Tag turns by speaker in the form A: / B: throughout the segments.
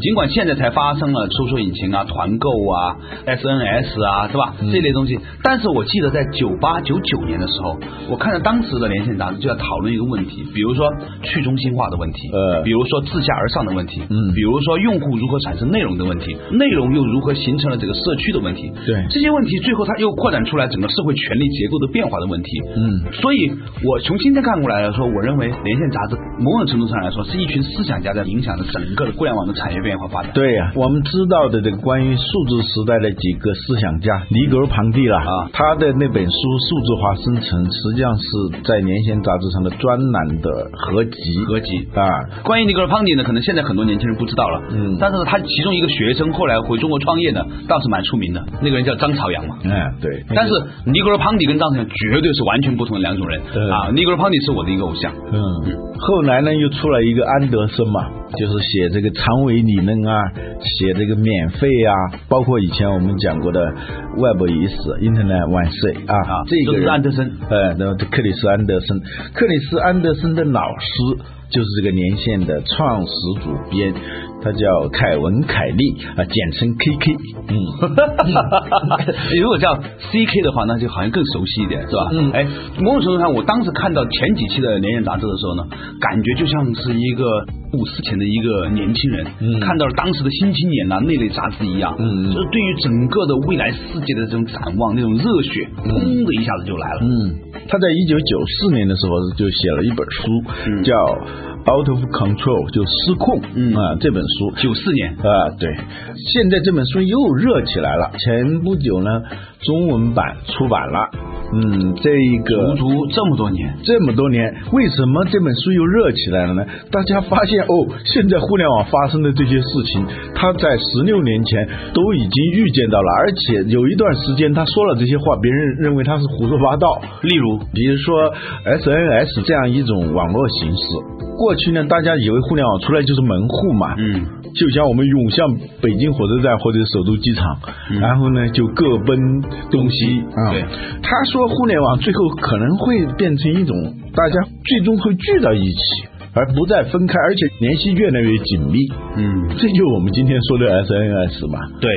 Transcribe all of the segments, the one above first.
A: 尽管现在才发生了搜索引擎啊、团购啊、SNS 啊，是吧？
B: 嗯
A: 这类东西，但是我记得在九八九九年的时候，我看到当时的连线杂志就在讨论一个问题，比如说去中心化的问题，
B: 呃
A: 比如说自下而上的问题，
B: 嗯
A: 比如说用户如何产生内容的问题，内容又如何形成了整个社区的问题，
B: 对
A: 这些问题，最后它又扩展出来整个社会权力结构的变化的问题，
B: 嗯，
A: 所以，我从今天看过来来说，我认为《连线》杂志某种程度上来说，是一群思想家在影响着整个的互联网的产业变化发展。
B: 对呀、我们知道的这个关于数字时代的几个思想家，尼格尔·庞蒂了
A: 嗯啊
B: 他的那本书《数字化生成》实际上是在《年线》杂志上的专栏的合集。
A: 合集
B: 啊，
A: 关于尼格尔·庞蒂呢，可能现在很多年轻人不知道了，
B: 嗯
A: 但是呢，他其中一个学生后来回中国创业呢，倒是蛮出名的，那个人叫张朝阳嘛。
B: 哎，对，
A: 但是尼格尔·庞蒂跟张朝阳绝对是完全不同的两种人
B: 对
A: 啊！尼格尔·庞蒂是我的一个偶像，
B: 嗯，后来呢又出来一个安德森嘛，就是写这个长尾理论啊，写这个免费啊，包括以前我们讲过的 Web 已死 Internet One C 啊，
A: 啊
B: 这个
A: 就是
B: 人
A: 安德森
B: 呃，那么克里斯安德森，克里斯安德森的老师就是这个年线的创始主编，他叫凯文凯利啊，简称 KK，嗯。
A: 如果叫 CK 的话，那就好像更熟悉一点，是吧？
B: 嗯
A: 哎，某种程度上，我当时看到前几期的《连线》杂志的时候呢，感觉就像是一个五十前的一个年轻人，
B: 嗯
A: 看到了当时的《新青年》呐那类杂志一样，
B: 嗯嗯
A: 就是对于整个的未来世界的这种展望，那种热血，砰的一下子就来了。
B: 嗯，他在一九九四年的时候就写了一本书，
A: 嗯
B: 叫《Out of Control》，就失控。
A: 嗯
B: 啊，这本书
A: 九四年，
B: 啊，对，现在这本书又热起来了。前不久呢，中文版出版了。嗯，这一
A: 足
B: 个
A: 足这么多年，
B: 这么多年，为什么这本书又热起来了呢？大家发现哦，现在互联网发生的这些事情，他在十六年前都已经预见到了，而且有一段时间他说了这些话，别人认为他是胡说八道。
A: 例如
B: 比如说 SNS 这样一种网络形式，过去呢，大家以为互联网出来就是门户嘛，
A: 嗯，
B: 就像我们涌向北京火车站或者首都机场，然后呢就各奔东西啊。
A: 对
B: 他说互联网最后可能会变成一种大家最终会聚到一起，而不再分开，而且联系越来越紧密。
A: 嗯，
B: 这就是我们今天说的 SNS 嘛。
A: 对，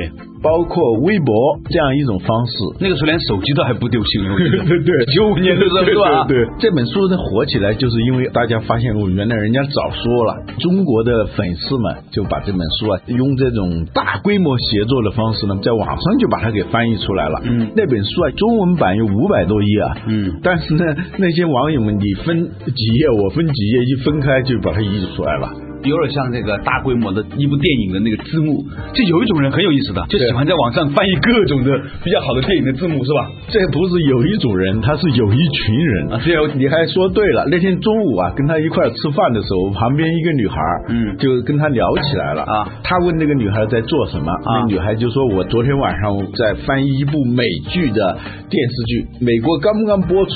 B: 包括微博这样一种方式。
A: 那个时候连手机都还不流行，我记得
B: 对对，
A: 九五年的时候
B: 对
A: 是吧？
B: 对对，这本书它火起来，就是因为大家发现哦，原来人家早说了，中国的粉丝们就把这本书啊，用这种大规模协作的方式呢，在网上就把它给翻译出来了。
A: 嗯
B: 那本书啊，中文版有五百多页啊。
A: 嗯，
B: 但是呢，那些网友们，你分几页，我分几页，一分开就把它译出来了。
A: 有点像那个大规模的一部电影的那个字幕，就有一种人很有意思的，就喜欢在网上翻译各种的比较好的电影的字幕，是吧？
B: 这不是有一种人，他是有一群人
A: 啊，对，
B: 你还说对了，那天中午啊，跟他一块儿吃饭的时候，旁边一个女孩，
A: 嗯
B: 就跟他聊起来了
A: 啊。
B: 他问那个女孩在做什么，那女孩就说：“我昨天晚上在翻译一部美剧的电视剧，美国刚刚播出。”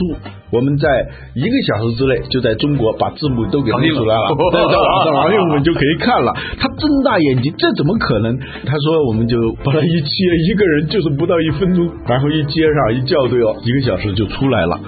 B: 我们在一个小时之内就在中国把字幕都给弄出来了
A: 搞定了，
B: 在在网 上网友们就可以看了。他睁大眼睛，这怎么可能？他说我们就把它一切，一个人就是不到一分钟，然后一接上一校对哦，一个小时就出 来了。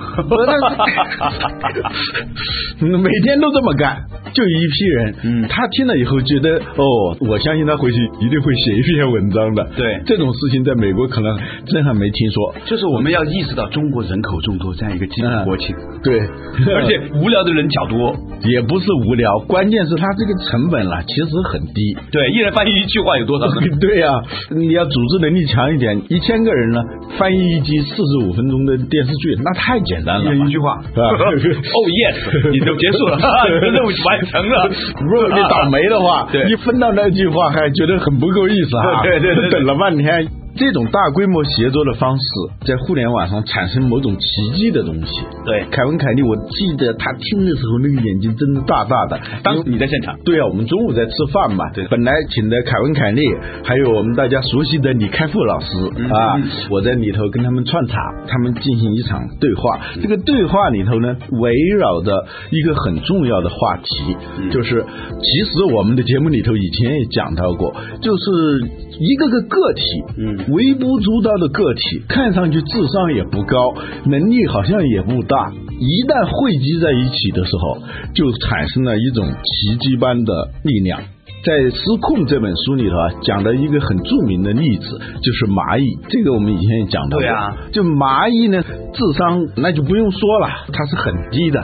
B: 嗯 每天都这么干，就一批人。
A: 嗯
B: 他听了以后觉得，哦，我相信他回去一定会写一篇文章的。
A: 对
B: 这种事情在美国可能真还没听说。
A: 就是我们要意识到中国人口众多这样一个基本国情，
B: 对，
A: 而且无聊的人较多。
B: 也不是无聊，关键是他这个成本啦，其实很低。
A: 对，一人翻译一句话有多少呢？
B: 对呀、你要组织能力强一点，一千个人呢，翻译一集四十五分钟的电视剧，那太简单了吧。
A: 一句话，
B: 啊
A: oh yes，你就结束了， 你的任务完成了。
B: 如果你倒霉的话，
A: 对
B: 一分到那句话还觉得很不够意思 啊，
A: 对对对对
B: 等了半天。这种大规模协作的方式，在互联网上产生某种奇迹的东西。
A: 对
B: 凯文·凯利，我记得他听的时候，那个眼睛真的大大的。
A: 当时你在现场，
B: 对啊，我们中午在吃饭嘛。
A: 对
B: 本来请的凯文·凯利，还有我们大家熟悉的李开复老师、
A: 嗯
B: 啊
A: 嗯，
B: 我在里头跟他们串场，他们进行一场对话。
A: 嗯
B: 这个对话里头呢，围绕着一个很重要的话题，
A: 嗯
B: 就是其实我们的节目里头以前也讲到过，就是一个个个体，
A: 嗯
B: 微不足道的个体，看上去智商也不高，能力好像也不大，一旦汇集在一起的时候，就产生了一种奇迹般的力量。在《失控》这本书里头啊，讲了一个很著名的例子，就是蚂蚁。这个我们以前也讲到过。
A: 对啊
B: 就蚂蚁呢，智商那就不用说了，它是很低的，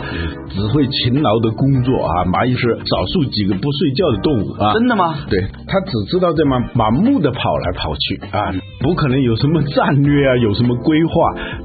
B: 只会勤劳的工作啊。蚂蚁是少数几个不睡觉的动物啊。
A: 真的吗？
B: 对他只知道这么盲目的跑来跑去啊，不可能有什么战略啊，有什么规划。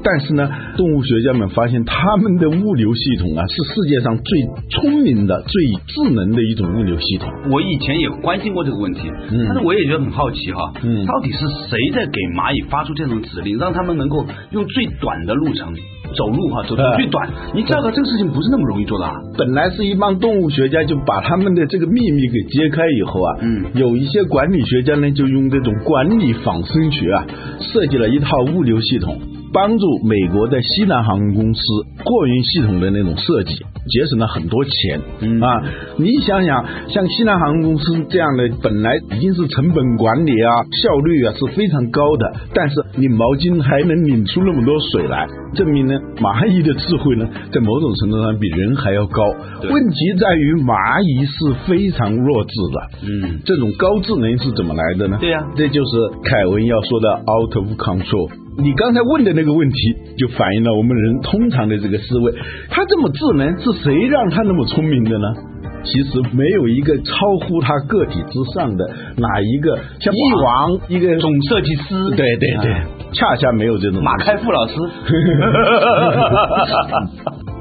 B: 但是呢，动物学家们发现他们的物流系统啊，是世界上最聪明的、最智能的一种物流系统。
A: 我以前也关心过这个问题，
B: 嗯
A: 但是我也觉得很好奇哈，
B: 嗯
A: 到底是谁在给蚂蚁发出这种指令，让他们能够用最短的路程走路哈，走走
B: 哎
A: 最短？你知道的，这个事情不是那么容易做的啊。
B: 本来是一帮动物学家就把他们的这个秘密给揭开以后啊，
A: 嗯
B: 有一些管理学家呢就用这种管理仿生学啊，设计了一套物流系统，帮助美国的西南航空公司货运系统的那种设计，节省了很多钱、
A: 嗯
B: 啊。你想想，像西南航空公司这样的，本来已经是成本管理啊、效率啊是非常高的，但是你毛巾还能拧出那么多水来，证明呢，蚂蚁的智慧呢，在某种程度上比人还要高。问题在于蚂蚁是非常弱智的，
A: 嗯，
B: 这种高智能是怎么来的呢？
A: 对呀
B: 这就是凯文要说的 out of control。你刚才问的那个问题，就反映了我们人通常的这个思维。他这么智能，是谁让他那么聪明的呢？其实没有一个超乎他个体之上的哪一个像
A: 一
B: 一王一个
A: 总设计师，
B: 对对对，
A: 啊
B: 恰恰没有这种
A: 马开复老师，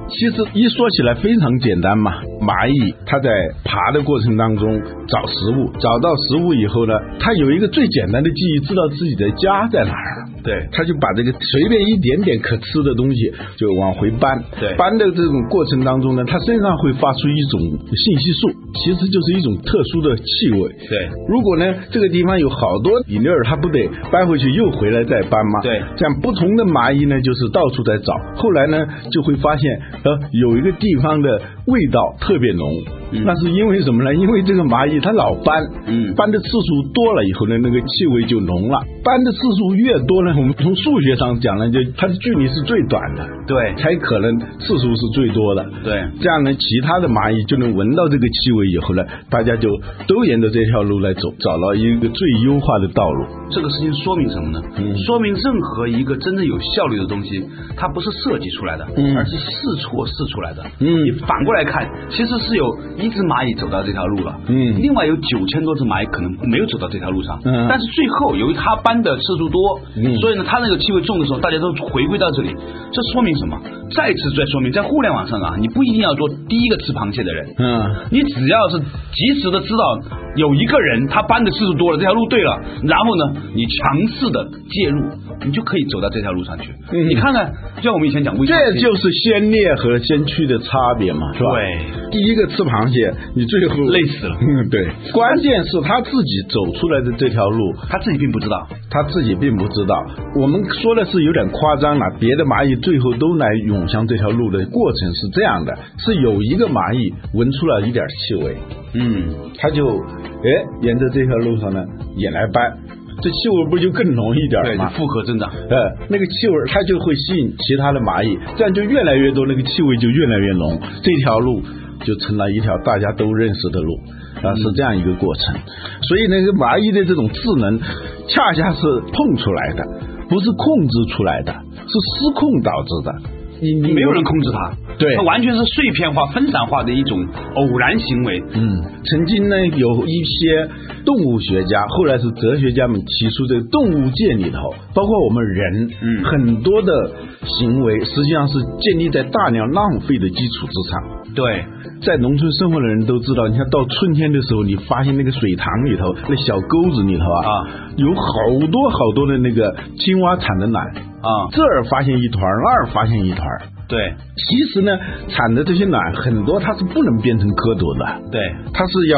B: 其实一说起来非常简单嘛，蚂蚁它在爬的过程当中找食物，找到食物以后呢，它有一个最简单的记忆，知道自己的家在哪儿。
A: 对
B: 它就把这个随便一点点可吃的东西就往回搬，
A: 对
B: 搬的这种过程当中呢，它身上会发出一种信息素，其实就是一种特殊的气味，
A: 对，
B: 如果呢，这个地方有好多蚁粒儿，它不得搬回去又回来再搬吗？
A: 对
B: 这样不同的蚂蚁呢，就是到处在找。后来呢，就会发现，呃，有一个地方的味道特别浓，
A: 嗯
B: 那是因为什么呢？因为这个蚂蚁它老搬，
A: 嗯
B: 搬的次数多了以后呢，那个气味就浓了。搬的次数越多呢，我们从数学上讲呢，就它的距离是最短的，哎
A: 对
B: 才可能次数是最多的。
A: 对
B: 这样呢，其他的蚂蚁就能闻到这个气味以后呢，大家就都沿着这条路来走，找到一个最优化的道路。
A: 这个事情说明什么呢？
B: 嗯
A: 说明任何一个真正有效率的东西，它不是设计出来的，
B: 嗯
A: 而是试错试出来的。
B: 嗯
A: 你反过来看，其实是有一只蚂蚁走到这条路了，
B: 嗯
A: 另外有九千多只蚂蚁可能没有走到这条路上，
B: 嗯
A: 但是最后由于它搬的次数多，
B: 嗯
A: 所以呢，它那个气味重的时候，大家都回归到这里，这说明什么？再次再说明，在互联网上啊，你不一定要做第一个吃螃蟹的人，
B: 嗯，
A: 你只要是及时的知道有一个人他搬的次数多了，这条路对了，然后呢，你强势的介入，你就可以走到这条路上去。
B: 嗯
A: 你看看，就像我们以前讲微信，
B: 这就是先烈和先驱的差别嘛，是吧？
A: 对，
B: 第一个吃螃蟹，你最后
A: 累死了
B: 嗯， 对，关键是他自己走出来的这条路，
A: 他自己并不知道。
B: 他自己并不知道。我们说的是有点夸张了，别的蚂蚁最后都来涌向这条路的过程是这样的：是有一个蚂蚁闻出了一点气味，
A: 嗯，
B: 它就哎沿着这条路上呢也来搬，这气味不就更浓一点
A: 对，
B: 吗？
A: 复合增长。
B: 呃，那个气味儿它就会吸引其他的蚂蚁，这样就越来越多，那个气味就越来越浓，这条路就成了一条大家都认识的路。啊，是这样一个过程，所以那个蚂蚁的这种智能，恰恰是碰出来的，不是控制出来的，是失控导致的。你你
A: 没有人控制它，
B: 对
A: 它完全是碎片化、分散化的一种偶然行为。
B: 嗯，曾经呢，有一些动物学家，后来是哲学家们提出，这个动物界里头，包括我们人，
A: 嗯
B: 很多的行为实际上是建立在大量浪费的基础之上。
A: 对，
B: 在农村生活的人都知道，你看到春天的时候，你发现那个水塘里头、那小沟子里头啊，
A: 啊
B: 有好多好多的那个青蛙产的卵，
A: 啊，
B: 这儿发现一团儿，那儿发现一团儿。
A: 对，
B: 其实呢，产的这些卵很多它是不能变成蝌蚪的，
A: 对，
B: 它是要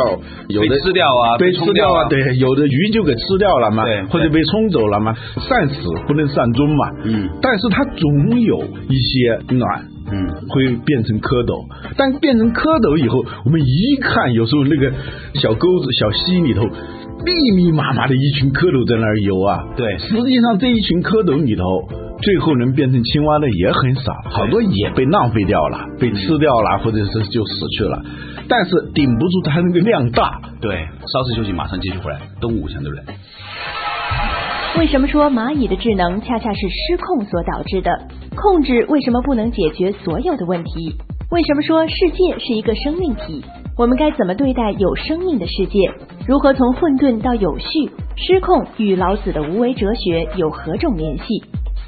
B: 有的
A: 被吃掉啊
B: 被
A: 被冲
B: 吃掉
A: 掉啊
B: 对，有的鱼就给吃掉了嘛
A: 对，
B: 或者
A: 对
B: 被冲走了嘛，善始不能善终嘛。
A: 嗯
B: 但是它总有一些卵。
A: 嗯
B: 会变成蝌蚪，但变成蝌蚪以后，我们一看，有时候那个小沟子、小溪里头，密密麻麻的一群蝌蚪在那儿游啊。
A: 对
B: 实际上这一群蝌蚪里头，最后能变成青蛙的也很少，好多也被浪费掉了，被吃掉了，或者是就死去了。但是顶不住它那个量大，
A: 对，稍事休息，马上继续回来。东吴相对论，
C: 为什么说蚂蚁的智能恰恰是失控所导致的？控制为什么不能解决所有的问题？为什么说世界是一个生命体？我们该怎么对待有生命的世界？如何从混沌到有序？失控与老子的无为哲学有何种联系？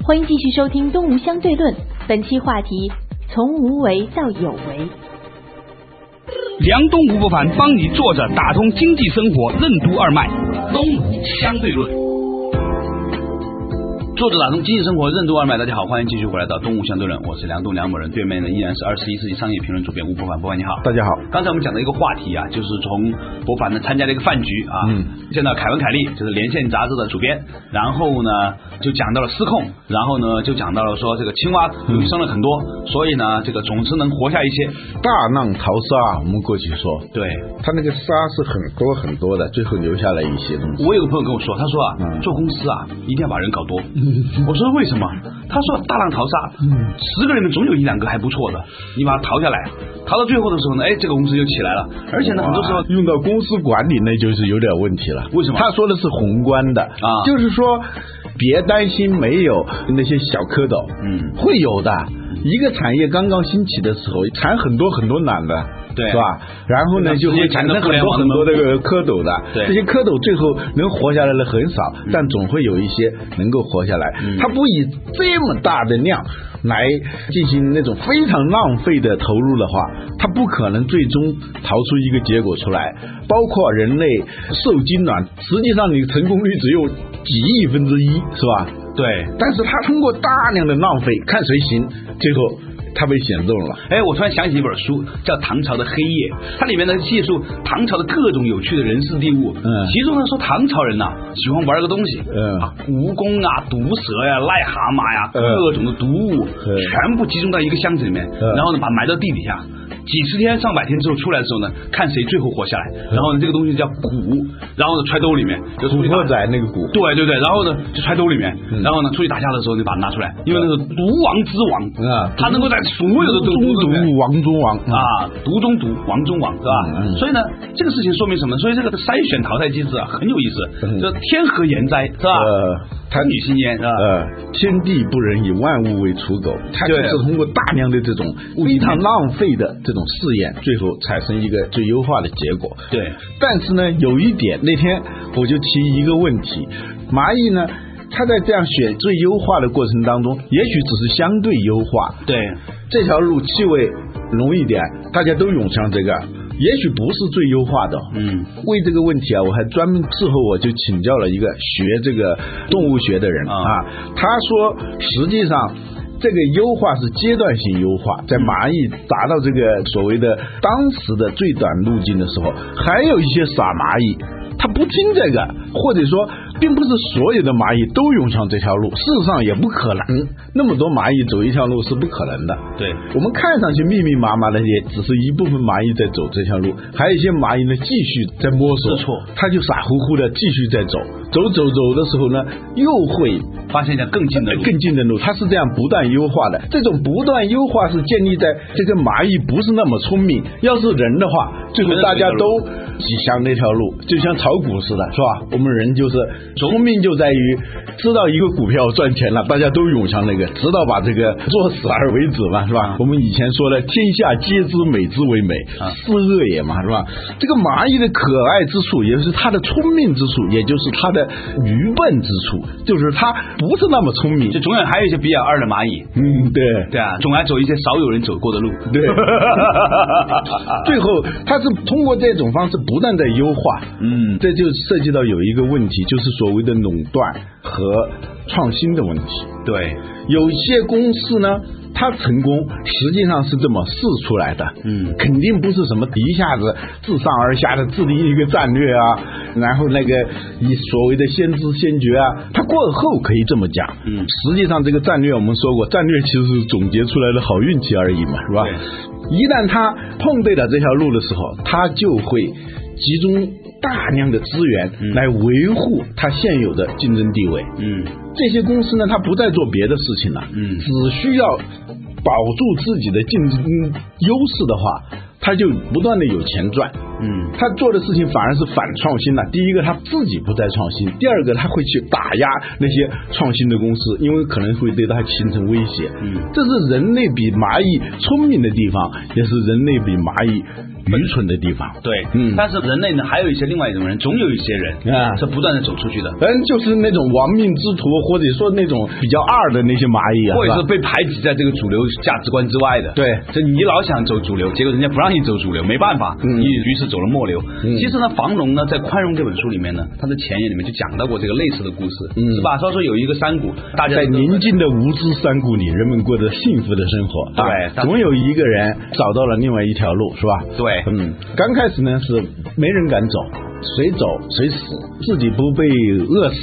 C: 欢迎继续收听《东吴相对论》，本期话题：从无为到有为。
D: 梁东吴伯凡帮你坐着打通经济生活任督二脉，东吴相对论。
A: 作者打通经济生活任督二脉，大家好，欢迎继续回来到东吴相对论，我是梁栋梁某人，对面的依然是二十一世纪商业评论主编吴伯凡，伯凡你好。
B: 大家好，
A: 刚才我们讲的一个话题啊，就是从博凡呢参加了一个饭局啊，
B: 嗯
A: 见到凯文凯利，就是《连线》杂志的主编，然后呢就讲到了失控，然后呢就讲到了说这个青蛙由于生了很多，所以呢这个总是能活下一些。
B: 大浪淘沙，我们过去说，
A: 对，
B: 它那个沙是很多很多的，最后留下来一些东西。
A: 我有个朋友跟我说，他说啊，
B: 嗯
A: 做公司啊一定要把人搞 多。我说为什么？他说大浪淘沙，
B: 嗯
A: 十个人里面总有一两个还不错的，你把它淘下来，淘到最后的时候呢，哎，这个公司就起来了。而且呢，很多时候
B: 哇用到公司管理，那就是有点问题了。
A: 为什么
B: 他说的是宏观的
A: 啊
B: 就是说，别担心没有那些小蝌蚪，
A: 嗯
B: 会有的。一个产业刚刚兴起的时候，产很多很多卵的，
A: 对
B: 是吧？然后
A: 那
B: 呢，就
A: 直接
B: 会
A: 产生
B: 产生
A: 互
B: 很
A: 联
B: 多
A: 网
B: 很多
A: 的
B: 这个蝌蚪的。
A: 对
B: 这些蝌蚪最后能活下来的很少，
A: 嗯
B: 但总会有一些能够活下来。它不以这么大的量来进行那种非常浪费的投入的话，它不可能最终逃出一个结果出来。包括人类受精卵，实际上你成功率只有几亿分之一，是吧？
A: 对，
B: 但是它通过大量的浪费，看谁行，最后它被选中了。
A: 哎，我突然想起一本书，叫《唐朝的黑夜》，它里面呢记述唐朝的各种有趣的人事地物。
B: 嗯
A: 其中呢说唐朝人呐、喜欢玩个东西，
B: 嗯
A: 啊，蜈蚣啊、毒蛇呀、癞蛤蟆呀、
B: 嗯
A: 各种的毒物，
B: 对
A: 全部集中到一个箱子里面，
B: 嗯
A: 然后呢把埋到地底下。几十天、上百天之后出来的时候呢，看谁最后活下来。
B: 嗯
A: 然后呢，这个东西叫蛊，然后呢揣兜里面，就出
B: 古
A: 去
B: 惑嗯
A: 打
B: 仔那个古，
A: 对对对，然后呢就揣兜里面，然后呢出去打架的时候你把它拿出来，因为那是毒王之王
B: 啊
A: 他能够在所有的
B: 中
A: 毒里面
B: 嗯毒王中王，
A: 啊，毒中毒，王中王，是吧？
B: 嗯嗯嗯
A: 所以呢，这个事情说明什么？所以这个筛选淘汰机制啊，很有意思，
B: 嗯
A: 叫天何言哉，是吧？
B: 呃，他
A: 女心焉，是吧？
B: 呃，天地不仁，以万物为刍狗。他就
A: 对
B: 是通过大量的这种非常浪费的这种试验，最后产生一个最优化的结果。
A: 对，
B: 但是呢，有一点，那天我就提一个问题，蚂蚁呢，它在这样选最优化的过程当中，也许只是相对优化，
A: 对，
B: 这条路气味浓一点，大家都涌向这个，也许不是最优化的。
A: 嗯，
B: 为这个问题啊，我还专门事后我就请教了一个学这个动物学的人
A: 啊
B: 啊，他说实际上。这个优化是阶段性优化，在蚂蚁达到这个所谓的当时的最短路径的时候，还有一些傻蚂蚁，它不听这个，或者说，并不是所有的蚂蚁都涌上这条路，事实上也不可能，那么多蚂蚁走一条路是不可能的。
A: 嗯对，
B: 我们看上去密密麻麻的，也只是一部分蚂蚁在走这条路，还有一些蚂蚁呢继续在摸索，
A: 是错
B: 它就傻乎乎的继续在走，走走走的时候呢，又会
A: 发现一条更近的路。
B: 更近的路，它是这样不断优化的。这种不断优化是建立在这个蚂蚁不是那么聪明，要是人的话，最后大家都挤向那条路，就像炒股似的，是吧？我们人就是聪明就在于知道一个股票赚钱了，大家都涌向那个，直到把这个做死而为止嘛，是吧？我们以前说的“天下皆知美之为美，是恶也”嘛，是吧？这个蚂蚁的可爱之处，也就是它的聪明之处，也就是它的愚笨之处，就是它不是那么聪明，
A: 就永远还有一些比较二的蚂蚁，
B: 嗯，对。
A: 对啊，总爱走一些少有人走过的路。
B: 对，最后它是通过这种方式不断在优化，
A: 嗯
B: 这就涉及到有一个问题，就是所谓的垄断和创新的问题。
A: 对，
B: 有些公司呢，它成功实际上是这么试出来的，
A: 嗯
B: 肯定不是什么一下子自上而下的制定一个战略啊，然后那个以所谓的先知先觉啊，它过后可以这么讲，
A: 嗯
B: 实际上这个战略我们说过，战略其实是总结出来的好运气而已嘛，是吧
A: 对？
B: 一旦他碰对了这条路的时候，他就会集中大量的资源来维护他现有的竞争地位，
A: 嗯，
B: 这些公司呢，它不再做别的事情了，
A: 嗯
B: 只需要保住自己的竞争优势的话，它就不断的有钱赚，
A: 嗯，
B: 它做的事情反而是反创新了。第一个，它自己不再创新；第二个，它会去打压那些创新的公司，因为可能会对它形成威胁。
A: 嗯，
B: 这是人类比蚂蚁聪明的地方，也是人类比蚂蚁愚蠢的地方。
A: 对，
B: 嗯
A: 但是人类呢，还有一些另外一种人，总有一些人
B: 啊
A: 是不断的走出去的，
B: 嗯，就是那种亡命之徒，或者说那种比较二的那些蚂蚁啊，
A: 或者
B: 是
A: 是
B: 吧
A: 被排挤在这个主流价值观之外的。
B: 对
A: 这你老想走主流，结果人家不让你走主流，没办法，
B: 嗯
A: 你于是走了末流。
B: 嗯
A: 其实呢，房龙呢在《宽容》这本书里面呢，他的前言里面就讲到过这个类似的故事，
B: 嗯
A: 是吧？他说有一个山谷，大家
B: 在
A: 都
B: 宁静的无知山谷里，人们过着幸福的生活。
A: 对
B: 啊总有一个人找到了另外一条路，是吧？
A: 对
B: 嗯，刚开始呢是没人敢走，谁走谁死，自己不被饿死，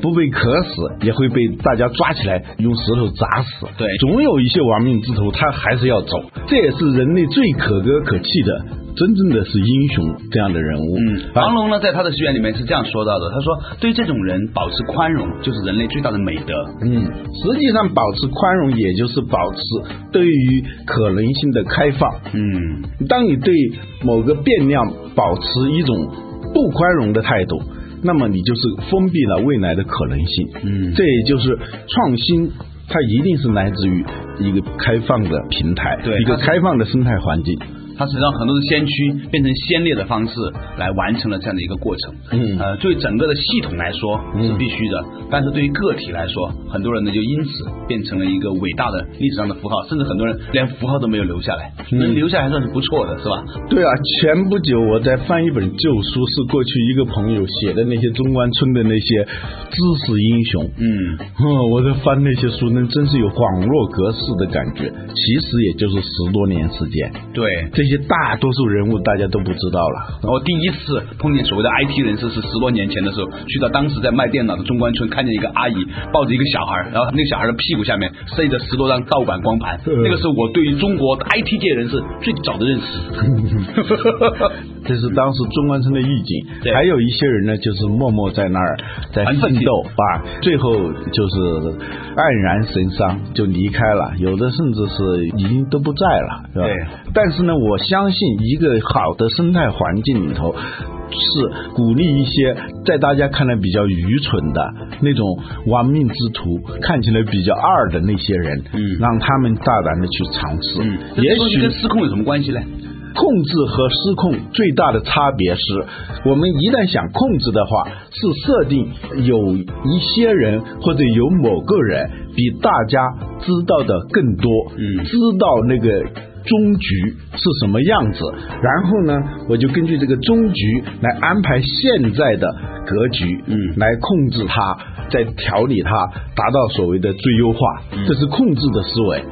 B: 不被渴死，也会被大家抓起来用石头砸死。
A: 对
B: 总有一些亡命之徒，他还是要走，这也是人类最可歌可泣的，真正的是英雄这样的人物。
A: 嗯，
B: 啊
A: 房龙呢，在他的序言里面是这样说到的，他说对这种人保持宽容，就是人类最大的美德。
B: 嗯，实际上保持宽容，也就是保持对于可能性的开放。
A: 嗯，
B: 当你对某个变量保持一种不宽容的态度，那么你就是封闭了未来的可能性。
A: 嗯
B: 这也就是创新，它一定是来自于一个开放的平台，
A: 对
B: 一个
A: 它是
B: 开放的生态环境。
A: 他实际上很多的先驱变成先烈的方式来完成了这样的一个过程。
B: 嗯
A: 呃，对整个的系统来说是必须的，但是对于个体来说，很多人呢就因此变成了一个伟大的历史上的符号，甚至很多人连符号都没有留下来，
B: 嗯
A: 能留下来还算是不错的，是吧？
B: 对啊，前不久我在翻一本旧书，是过去一个朋友写的那些中关村的那些知识英雄。
A: 嗯，
B: 嗯，我在翻那些书，那真是有恍若隔世的感觉。其实也就是十多年时间，
A: 对，
B: 这些些大多数人物大家都不知道了。
A: 我第一次碰见所谓的 IT 人士是十多年前的时候，去到当时在卖电脑的中关村，看见一个阿姨抱着一个小孩儿，然后那个小孩的屁股下面塞着十多张盗版光盘，
B: 嗯
A: 那个是我对于中国的 IT 界人士最早的认识。
B: 这是当时中关村的预警，
A: 对
B: 还有一些人呢，就是默默在那儿在
A: 很
B: 奋
A: 奋
B: 斗啊，最后就是黯然神伤，就离开了，有的甚至是已经都不在了，是吧？
A: 对。
B: 但是呢，我相信一个好的生态环境里头。是鼓励一些在大家看来比较愚蠢的那种亡命之徒，看起来比较二的那些人，
A: 嗯
B: 让他们大胆的去尝试。
A: 嗯，这
B: 也
A: 东西
B: 许
A: 跟失控有什么关系呢？
B: 控制和失控最大的差别是，我们一旦想控制的话，是设定有一些人或者有某个人比大家知道的更多，
A: 嗯
B: 知道那个终局是什么样子，然后呢，我就根据这个终局来安排现在的格局，
A: 嗯
B: 来控制它，再调理它，达到所谓的最优化，
A: 嗯
B: 这是控制的思维。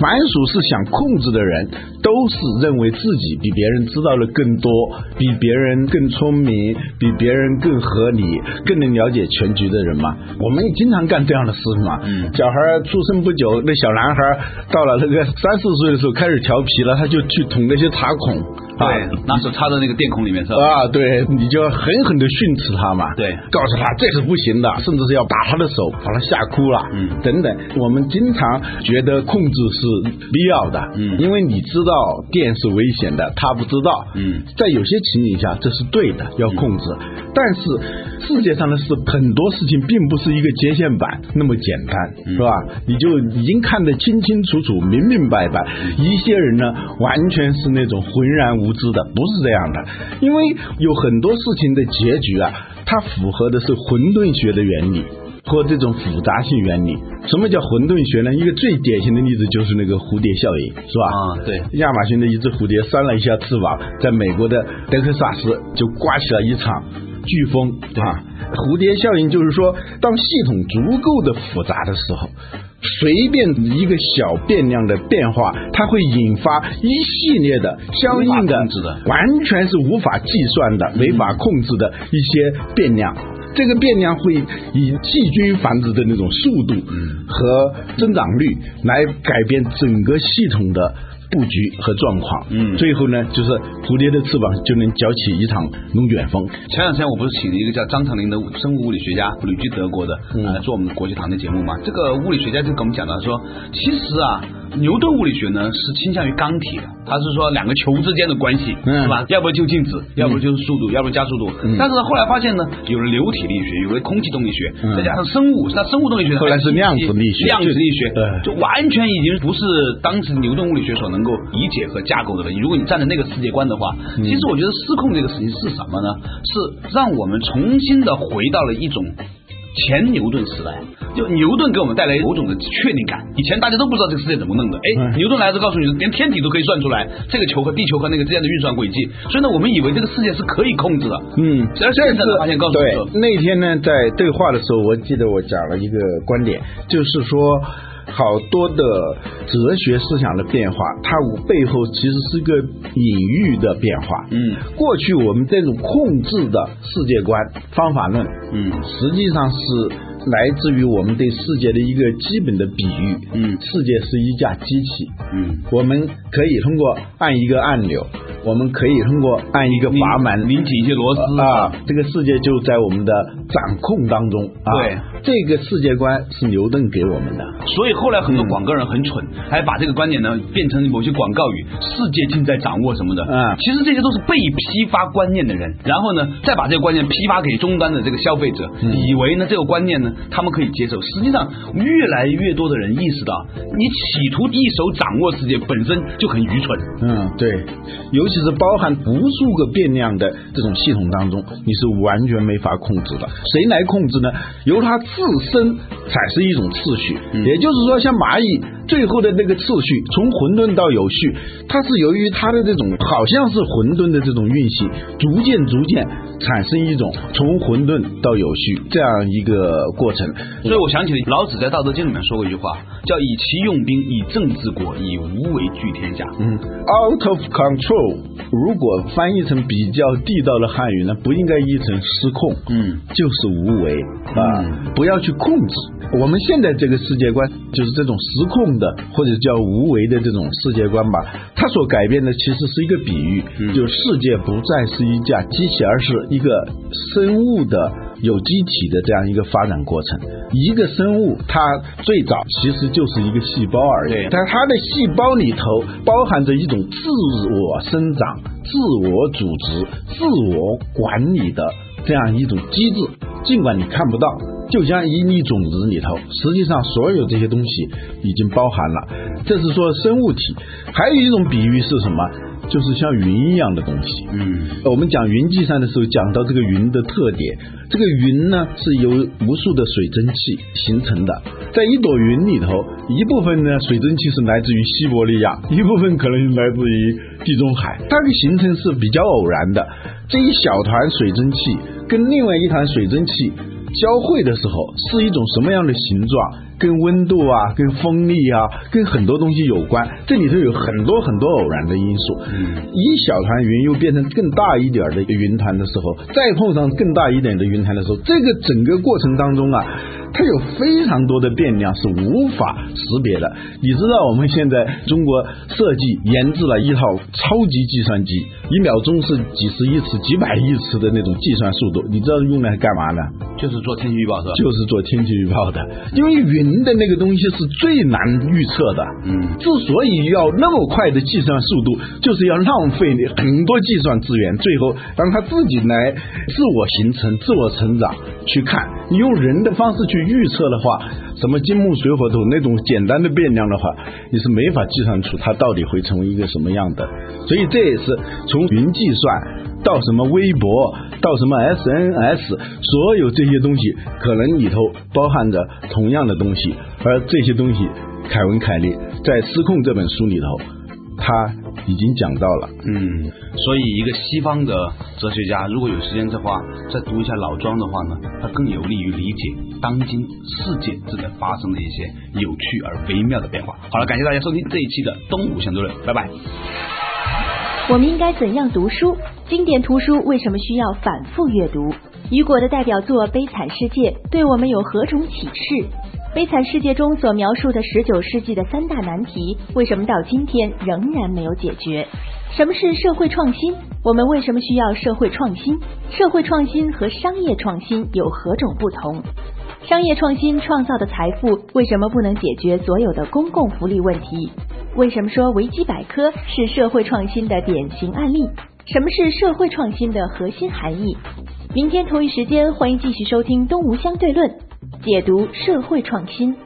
B: 凡属是想控制的人，都是认为自己比别人知道的更多，比别人更聪明，比别人更合理，更能了解全局的人嘛。我们也经常干这样的事嘛。
A: 嗯
B: 小孩儿出生不久，那小男孩儿到了那个三四岁的时候开始调皮了，他就去捅那些茶孔啊，
A: 对，拿手插到那个电孔里面是吧？
B: 啊，对，你就要狠狠的训斥他嘛，
A: 对
B: 告诉他这是不行的，甚至是要打他的手，把他吓哭了，
A: 嗯
B: 等等。我们经常觉得控制是必要的，
A: 嗯
B: 因为你知道电是危险的，他不知道，
A: 嗯，
B: 在有些情景下这是对的，要控制。但是世界上的事很多事情并不是一个接线板那么简单，是吧？你就已经看得清清楚楚、明明白白。一些人呢，完全是那种浑然无知的，不是这样的，因为有很多事情的结局啊，它符合的是混沌学的原理。或这种复杂性原理，什么叫混沌学呢？一个最典型的例子就是那个蝴蝶效应，是吧？
A: 啊，对，
B: 亚马逊的一只蝴蝶扇了一下翅膀，在美国的德克萨斯就刮起了一场飓风啊！蝴蝶效应就是说，当系统足够的复杂的时候，随便一个小变量的变化，它会引发一系列的相应
A: 无法
B: 的
A: 控制的
B: 完全是无法计算的、没法控制的一些变量。这个变量会以细菌繁殖的那种速度和增长率来改变整个系统的布局和状况。
A: 嗯
B: 最后呢，就是蝴蝶的翅膀就能搅起一场龙卷风。
A: 前两天我不是请了一个叫张长林的生物物理学家，旅居德国的，
B: 嗯
A: 呃，做我们国际堂的节目嘛。这个物理学家就跟我们讲到说，其实啊，牛顿物理学呢是倾向于刚体的，他是说两个球之间的关系，
B: 嗯
A: 是吧？要不就静止，要不就是速度，要不加速度。但是呢，后来发现呢，有了流体力学，有了空气动力学，
B: 嗯
A: 再加上生物，那生物动力学呢
B: 后来是量子力学
A: 量子力学
B: 就对
A: 就完全已经不是当时牛顿物理学所能够理解和架构的了。如果你站在那个世界观的话，
B: 嗯
A: 其实我觉得失控这个事情是什么呢？是让我们重新的回到了一种。前牛顿时代，就牛顿给我们带来某种的确定感。以前大家都不知道这个世界怎么弄的，哎，
B: 嗯
A: 牛顿来了之后告诉你，连天体都可以算出来，这个球和地球和那个之间的运算轨迹。所以呢，我们以为这个世界是可以控制的，
B: 嗯，
A: 只要现在发现告诉你说，
B: 对，那天呢，在对话的时候，我记得我讲了一个观点，就是说。好多的哲学思想的变化，它背后其实是一个隐喻的变化。
A: 嗯，
B: 过去我们这种控制的世界观、方法论，
A: 嗯
B: 实际上是来自于我们对世界的一个基本的比喻。
A: 嗯
B: 世界是一架机器，
A: 嗯，
B: 我们可以通过按一个按钮，我们可以通过按一个阀门，
A: 拧紧一些螺丝
B: 啊，这个世界就在我们的掌控当中。啊、
A: 对，
B: 这个世界观是牛顿给我们的。
A: 所以后来很多广告人很蠢，还把这个观点呢变成某些广告语“世界尽在掌握”什么的。
B: 嗯
A: 其实这些都是被批发观念的人，然后呢再把这个观念批发给终端的这个消费者，以为呢这个观念呢他们可以接受。实际上，越来越多的人意识到，你企图一手掌握世界本身就很愚蠢。
B: 嗯，对，尤其是包含无数个变量的这种系统当中，你是完全没法控制的。谁来控制呢？由它自身产生一种秩序，也就是说，像蚂蚁，最后的那个次序，从混沌到有序，它是由于它的这种好像是混沌的这种运行，逐渐逐渐产生一种从混沌到有序这样一个过程。
A: 所以我想起了老子在《道德经》里面说过一句话，叫“以其用兵，以政治国，以无为据天下”。
B: 嗯，out of control，如果翻译成比较地道的汉语呢，不应该译成失控，
A: 嗯，
B: 就是无为啊、不要去控制。我们现在这个世界观就是这种失控的或者叫无为的这种世界观吧，它所改变的其实是一个比喻，
A: 嗯
B: 就世界不再是一架机器，而是一个生物的有机体的这样一个发展过程。一个生物它最早其实就是一个细胞而已
A: 对，
B: 但它的细胞里头包含着一种自我生长、自我组织、自我管理的这样一种机制，尽管你看不到。就像一粒种子里头，实际上所有这些东西已经包含了。这是说生物体，还有一种比喻是什么？就是像云一样的东西。
A: 嗯，
B: 呃我们讲云计算的时候，讲到这个云的特点。这个云呢，是由无数的水蒸气形成的。在一朵云里头，一部分呢水蒸气是来自于西伯利亚，一部分可能来自于地中海。它的形成是比较偶然的。这一小团水蒸气跟另外一团水蒸气交汇的时候，是一种什么样的形状？跟温度啊，跟风力啊，跟很多东西有关。这里头有很多很多偶然的因素。一小团云又变成更大一点儿的云团的时候，再碰上更大一点的云团的时候，这个整个过程当中啊，它有非常多的变量是无法识别的。你知道我们现在中国设计研制了一套超级计算机，一秒钟是几十亿次、几百亿次的那种计算速度，你知道用来干嘛呢？
A: 就是做天气预报是吧？
B: 就是做天气预报的，因为云的那个东西是最难预测的。
A: 嗯，
B: 之所以要那么快的计算速度，就是要浪费你很多计算资源，最后让它自己来自我形成、自我成长。去看，你用人的方式去预测的话，什么金木水火土那种简单的变量的话，你是没法计算出它到底会成为一个什么样的。所以这也是从云计算到什么微博，到什么 SNS，所有这些东西可能里头包含着同样的东西，而这些东西，凯文·凯利在《失控》这本书里头，他已经讲到了。
A: 嗯，所以一个西方的哲学家，如果有时间的话，再读一下老庄的话呢，它更有利于理解当今世界正在发生的一些有趣而微妙的变化。好了，感谢大家收听这一期的东吴相对论，拜拜。
C: 我们应该怎样读书？经典图书为什么需要反复阅读？雨果的代表作《悲惨世界》对我们有何种启示？《悲惨世界》中所描述的19世纪的三大难题，为什么到今天仍然没有解决？什么是社会创新？我们为什么需要社会创新？社会创新和商业创新有何种不同？商业创新创造的财富为什么不能解决所有的公共福利问题？为什么说维基百科是社会创新的典型案例？什么是社会创新的核心含义？明天同一时间，欢迎继续收听《东吴相对论》，解读社会创新。